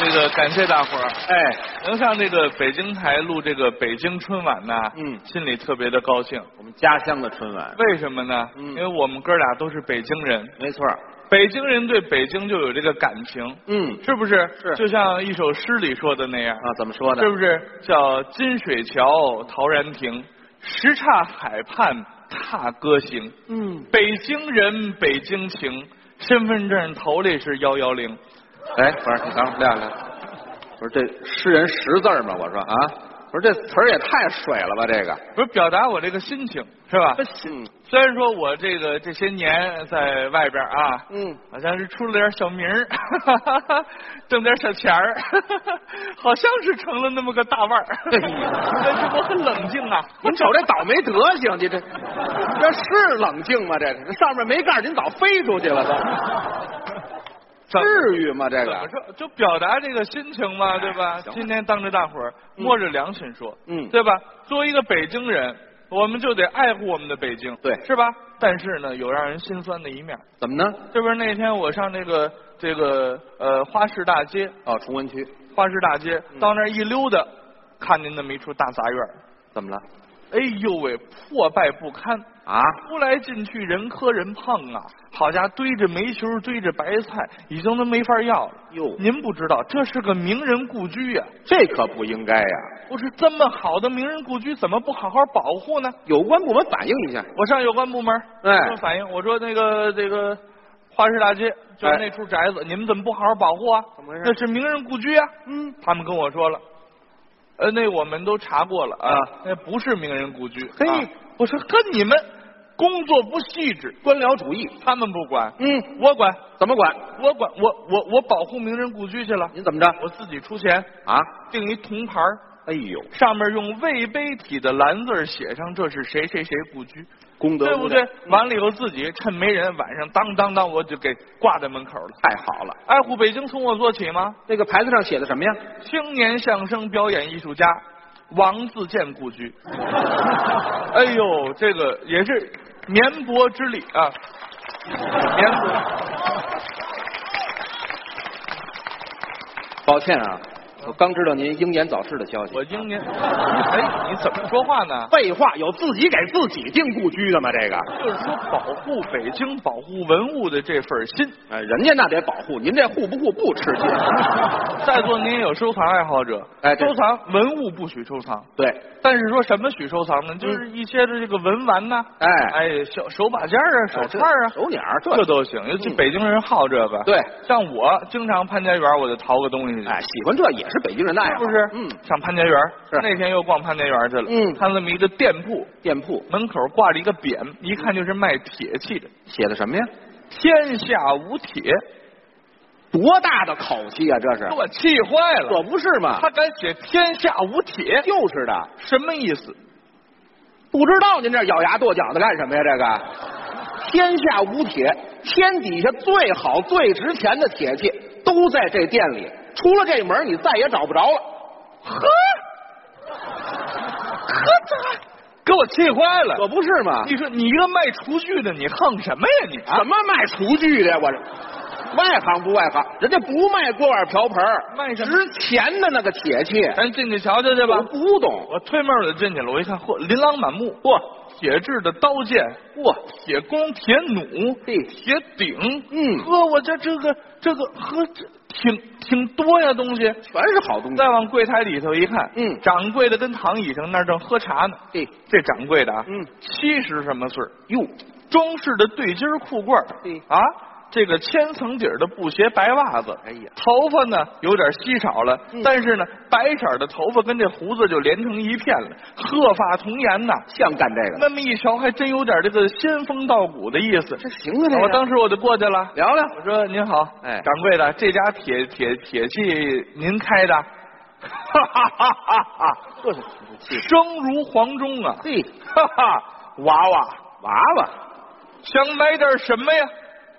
那个感谢大伙儿，哎，能上这个北京台录这个北京春晚呢，嗯心里特别的高兴。我们家乡的春晚，为什么呢？嗯因为我们哥俩都是北京人，没错儿，北京人对北京就有这个感情，嗯是不是？是就像一首诗里说的那样，啊，怎么说呢是？不是？叫金水桥陶然亭，什刹海畔踏歌行。嗯，北京人，北京情，身份证头里是幺幺零。哎，不是，你等会儿亮亮，不是这诗人识字儿吗？我说啊，不是这词儿也太水了吧？这个，不是表达我这个心情是吧？嗯虽然说我这个这些年在外边啊，嗯，好像是出了点小名儿， 挣点小钱儿， 好像是成了那么个大腕 儿，哎呀但是我很冷静啊。您瞅这倒霉德行，你这这是冷静吗？这个这上面没盖儿，您早飞出去了都，怎么至于吗？这怎么个，说？就表达这个心情嘛，对吧？哎行吧今天当着大伙儿摸着良心说，嗯对吧？作为一个北京人，我们就得爱护我们的北京，对是吧？但是呢，有让人心酸的一面。怎么呢？这不是那天我上那个这个呃花市大街，哦，崇文区，花市大街嗯到那儿一溜达，看见那么一处大杂院儿，怎么了？哎呦喂，破败不堪。啊，出来进去人磕人碰啊，好家伙，堆着煤球，堆着白菜，已经都没法要了。哟您不知道，这是个名人故居呀、这可不应该呀、我说这么好的名人故居，怎么不好好保护呢？有关部门反映一下。我上有关部门，哎他们反映，我说那个这个花市大街哎就是那处宅子，你们怎么不好好保护啊？怎么回事那是名人故居啊！嗯，他们跟我说了，呃，那我们都查过了啊那不是名人故居。嘿啊我说跟你们工作不细致，官僚主义。他们不管，嗯，我管，怎么管？我管，我我我保护名人故居去了，您怎么着？我自己出钱啊？订一铜牌儿哎呦，上面用魏碑体的蓝字儿写上这是谁谁谁故居，功德对不对？完完了以后自己趁没人，晚上当当当我就给挂在门口了。太好了。爱护北京从我做起吗？那个牌子上写的什么呀？青年相声表演艺术家王自健故居。 哎呦，这个也是绵薄之力啊，绵薄。抱歉啊，我刚知道您英年早逝的消息。我今年，哎，你怎么说话呢？废话，有自己给自己定故居的吗？这个，就是说保护北京、保护文物的这份心。哎，人家那得保护，您这护不护不吃劲。 在座您也有收藏爱好者，哎对收藏文物不许收藏，对，但是说什么许收藏呢？就是一些的这个文玩呐、嗯哎哎，小手把件儿啊，手串儿啊，手鸟儿这都行。尤其北京人好这个，嗯对，像我经常潘家园，我就淘个东西去。哎，喜欢这也是北京人的爱是好，不是？嗯，，上潘家园是那天又逛潘家园去了。嗯看那么一个店铺，店铺门口挂着一个匾，一看就是卖铁器的。写的什么呀？天下无铁，多大的口气啊！这是给，我气坏了。可不是嘛？他敢写天下无铁，就是的。什么意思？不知道您这咬牙跺脚的干什么呀？这个天下无铁，天底下最好最值钱的铁器都在这店里，出了这门你再也找不着了。呵，呵，这给我气坏可了。不是吗？你说你一个卖厨具的，你横什么呀你？啊，什么卖厨具的呀？我这外行不外行，人家不卖锅碗瓢盆儿，卖什么值钱的那个铁器，咱进去瞧瞧去吧我。不懂。我推门我就进去了，我一看，嚯，琳琅满目，嚯铁制的刀剑、嚯，铁弓、铁弩、嘿铁鼎，嗯呵，我这这个这个呵，这挺挺多呀东西。全是好东西。再往柜台里头一看，嗯掌柜的跟躺椅上那儿正喝茶呢。嘿，这掌柜的啊，嗯七十什么岁儿，哟，中式的对襟儿裤褂儿对啊，这个千层底儿的布鞋、白袜子，哎呀头发呢有点稀少了，嗯但是呢，白色儿的头发跟这胡子就连成一片了，鹤发童颜呐。像干这个那的，么一瞧，还真有点这个仙风道骨的意思。这行啊，这我个当时我就过去了，聊聊我说：“您好，哎掌柜的，这家铁铁铁器您开的， 哈哈哈哈哈，这是声如黄钟啊， 嘿，哈哈，娃娃娃娃想买点什么呀？”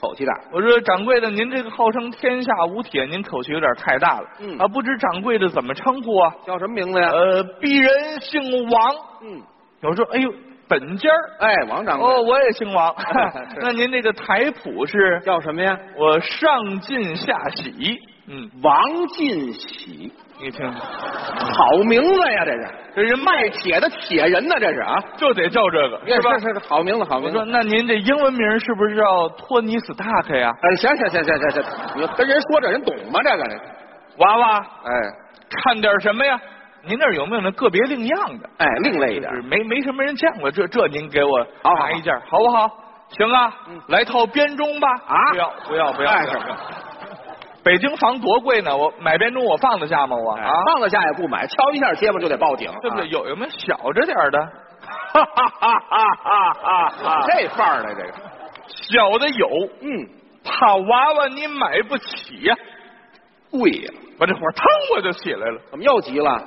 口气大。我说掌柜的，您这个号称天下无铁，您口气有点太大了。嗯啊，不知掌柜的怎么称呼啊？叫什么名字呀？呃，鄙人姓王。嗯，我说，哎呦，本家儿。哎，王掌柜、哦，我也姓王 是。那您这个台谱是叫什么呀？我上进下喜，嗯，王进喜，你听听，好名字呀，这是这人卖铁的铁人呢，这是啊，就得叫这个，是吧？是是好名字，好我名字说，。那您这英文名是不是叫托尼·斯塔克呀？哎，行行行行行行，你跟人说这人懂吗？这个人，娃娃，哎看点什么呀？您那儿有没有那个别另样的？哎，另类一就点是。没没什么人见过，这这您给我好嗯拿一件，好不好？行啊，来套编钟吧。啊不要不要不要！哎不要不要北京房多贵呢，我买编钟我放得下吗？我啊，放得下也不买，敲一下街坊就得报警，对不对？啊？有有没有小着点儿的？哈哈哈哈哈哈！ 这范儿呢，这个，小的有，嗯，怕娃娃你买不起呀、贵呀，我这火腾我就起来了。怎么又急了？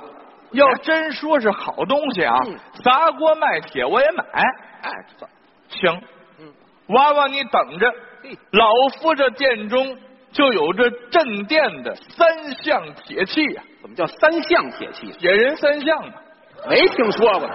要真说是好东西啊嗯，砸锅卖铁我也买。哎，走行，嗯娃娃你等着嘿，老夫这殿中就有这镇殿的三项铁器呀、怎么叫三项铁器？铁人三项嘛，没听说过，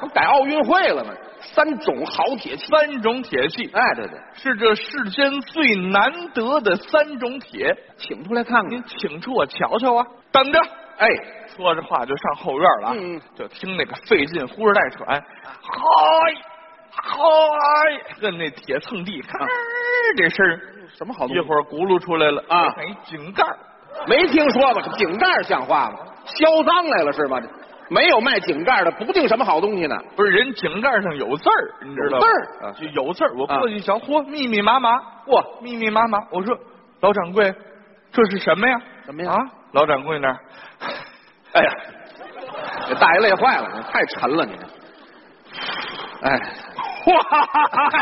不改奥运会了吗？三种好铁器。三种铁器哎，对对，是这世间最难得的三种铁，请出来看您。请出我瞧瞧啊！等着，哎，说着话就上后院了啊，嗯嗯就听那个费劲呼哧带喘，哎嗨嗨，跟那铁蹭地，咔、这声儿。啊什么好一会儿轱辘出来了啊还一井盖儿没听说过，井盖像话吗？销赃来了是吗？没有卖井盖的，不定什么好东西呢。不是人井盖上有字儿，你知道吗？有字儿啊就有字儿。我啊过去一瞧，嚯，密密麻麻，嚯，密密麻麻。我说老掌柜，这是什么呀？什么呀啊？老掌柜那儿，哎呀，这大爷累坏了，太沉了你这。哎，哇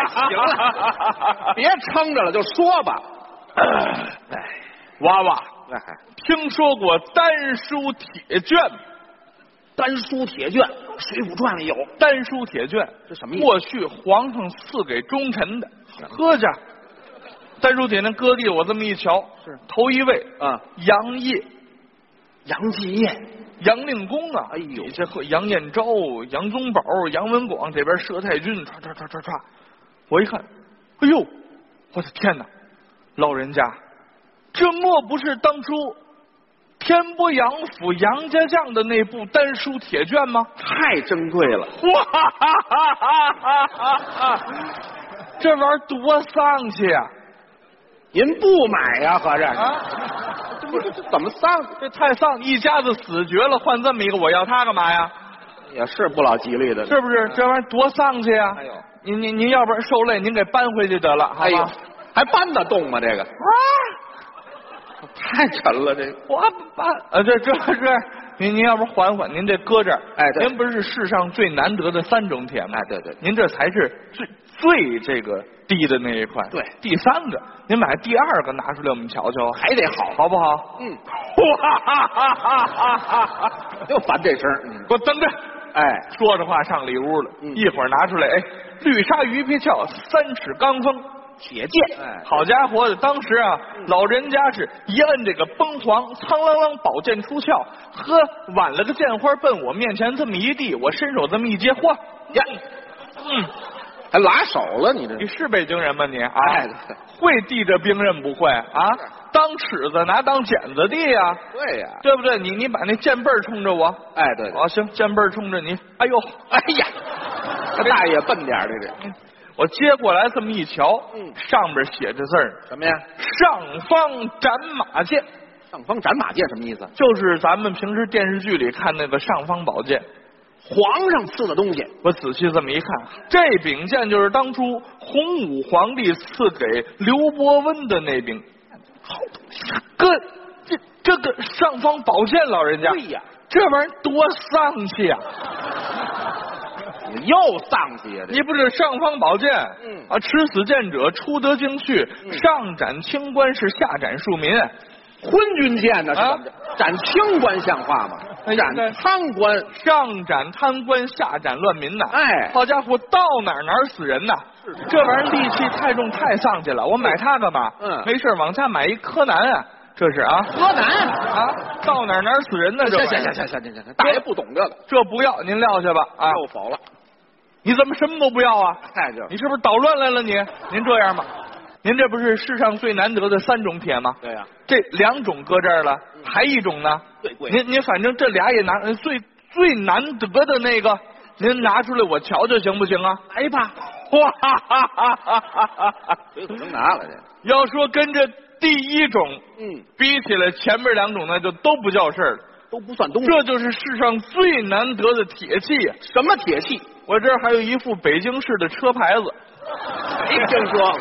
行了，别撑着了，就说吧。娃娃，哎，听说过丹书铁卷吗？丹书铁卷，《水浒传》里有。丹书铁卷这什么意思过去皇上赐给忠臣的，喝下。丹书铁那割地，我这么一瞧，是头一位啊，杨业，杨继业，杨令公啊，哎呦这和杨彦昭、杨宗保、杨文广这边佘太君，唰唰唰唰唰，我一看，哎呦，我的天哪，老人家，这莫不是当初天波杨府杨家将的那部丹书铁卷吗？太珍贵了。哇哈哈哈哈哈哈！ 这玩意儿多丧气啊呀、您不买呀、合着、啊！啊，这不是这怎么丧？这太丧，一家子死绝了，换这么一个，我要它干嘛呀？也是不老吉利的。是不是？这玩意儿多丧气呀、哎呦您您您要不然受累，您给搬回去得了，好吧？啊哎呦，还搬得动吗？这个太沉了，这个我搬啊，这这这，您您要不然缓缓，您这搁这儿。哎对您不是世上最难得的三种铁吗？哎对对您这才是最最这个低的那一块。对第三个，您把第二个拿出来，我们瞧瞧，还得好。好不好？嗯，哇哈哈哈哈哈哈！就烦这声儿。嗯，给 我等着。哎，说着话上里屋了，嗯一会儿拿出来，哎，绿鲨鱼皮鞘，三尺钢锋，铁剑。哎，嗯好家伙，当时啊，老人家是一摁这个崩簧，苍啷啷宝剑出鞘，呵，挽了个剑花奔我面前这么一递，我伸手这么一接，嚯呀，嗯，还拉手了，你这你是北京人吗你？啊哎，会递这兵刃不会啊？当尺子拿当剪子递啊呀、对呀、对不对？你你把那剑背儿冲着我，哎，对对好、行，剑背儿冲着你，哎呦，哎呀，这大爷笨点儿，这这我接过来这么一瞧，嗯上边写着字儿，什么呀？上方斩马剑。上方斩马剑什么意思？就是咱们平时电视剧里看那个尚方宝剑，皇上赐的东西。我仔细这么一看，这柄剑就是当初洪武皇帝赐给刘伯温的那柄。好东西，哥，这这个尚方宝剑，老人家，对呀这玩意儿多丧气啊！你又丧气呀、这你不是尚方宝剑，嗯啊，持此剑者，出得京去，上斩清官是下斩庶民。昏君剑呢？是啊怎么着？斩清官像话吗？哎应该斩贪官，上斩贪官，下斩乱民呐！哎好家伙，到哪儿哪儿死人呐！这玩意儿戾气太重，太丧气了。我买它干嘛？嗯没事儿往家买一柯南啊，这是啊河南。啊，到哪儿哪儿死人呢？这行玩意行儿行行哎行行行，大爷不懂这个，这不要，您撂下吧啊！又否了，你怎么什么都不要啊？太就你是不是捣乱来了你？您这样吧，您这不是世上最难得的三种铁吗？对呀、这两种搁这儿了，还一种呢？最贵您您反正这俩也拿，呃最最难得的那个，您拿出来我瞧瞧行不行啊？来吧，哇哈哈哈哈哈！水火生拿了这。要说跟这第一种嗯，比起来，前面两种那就都不叫事儿了。都不算东西。这就是世上最难得的铁器。 什么铁器？我这儿还有一副北京市的车牌子，没听说过。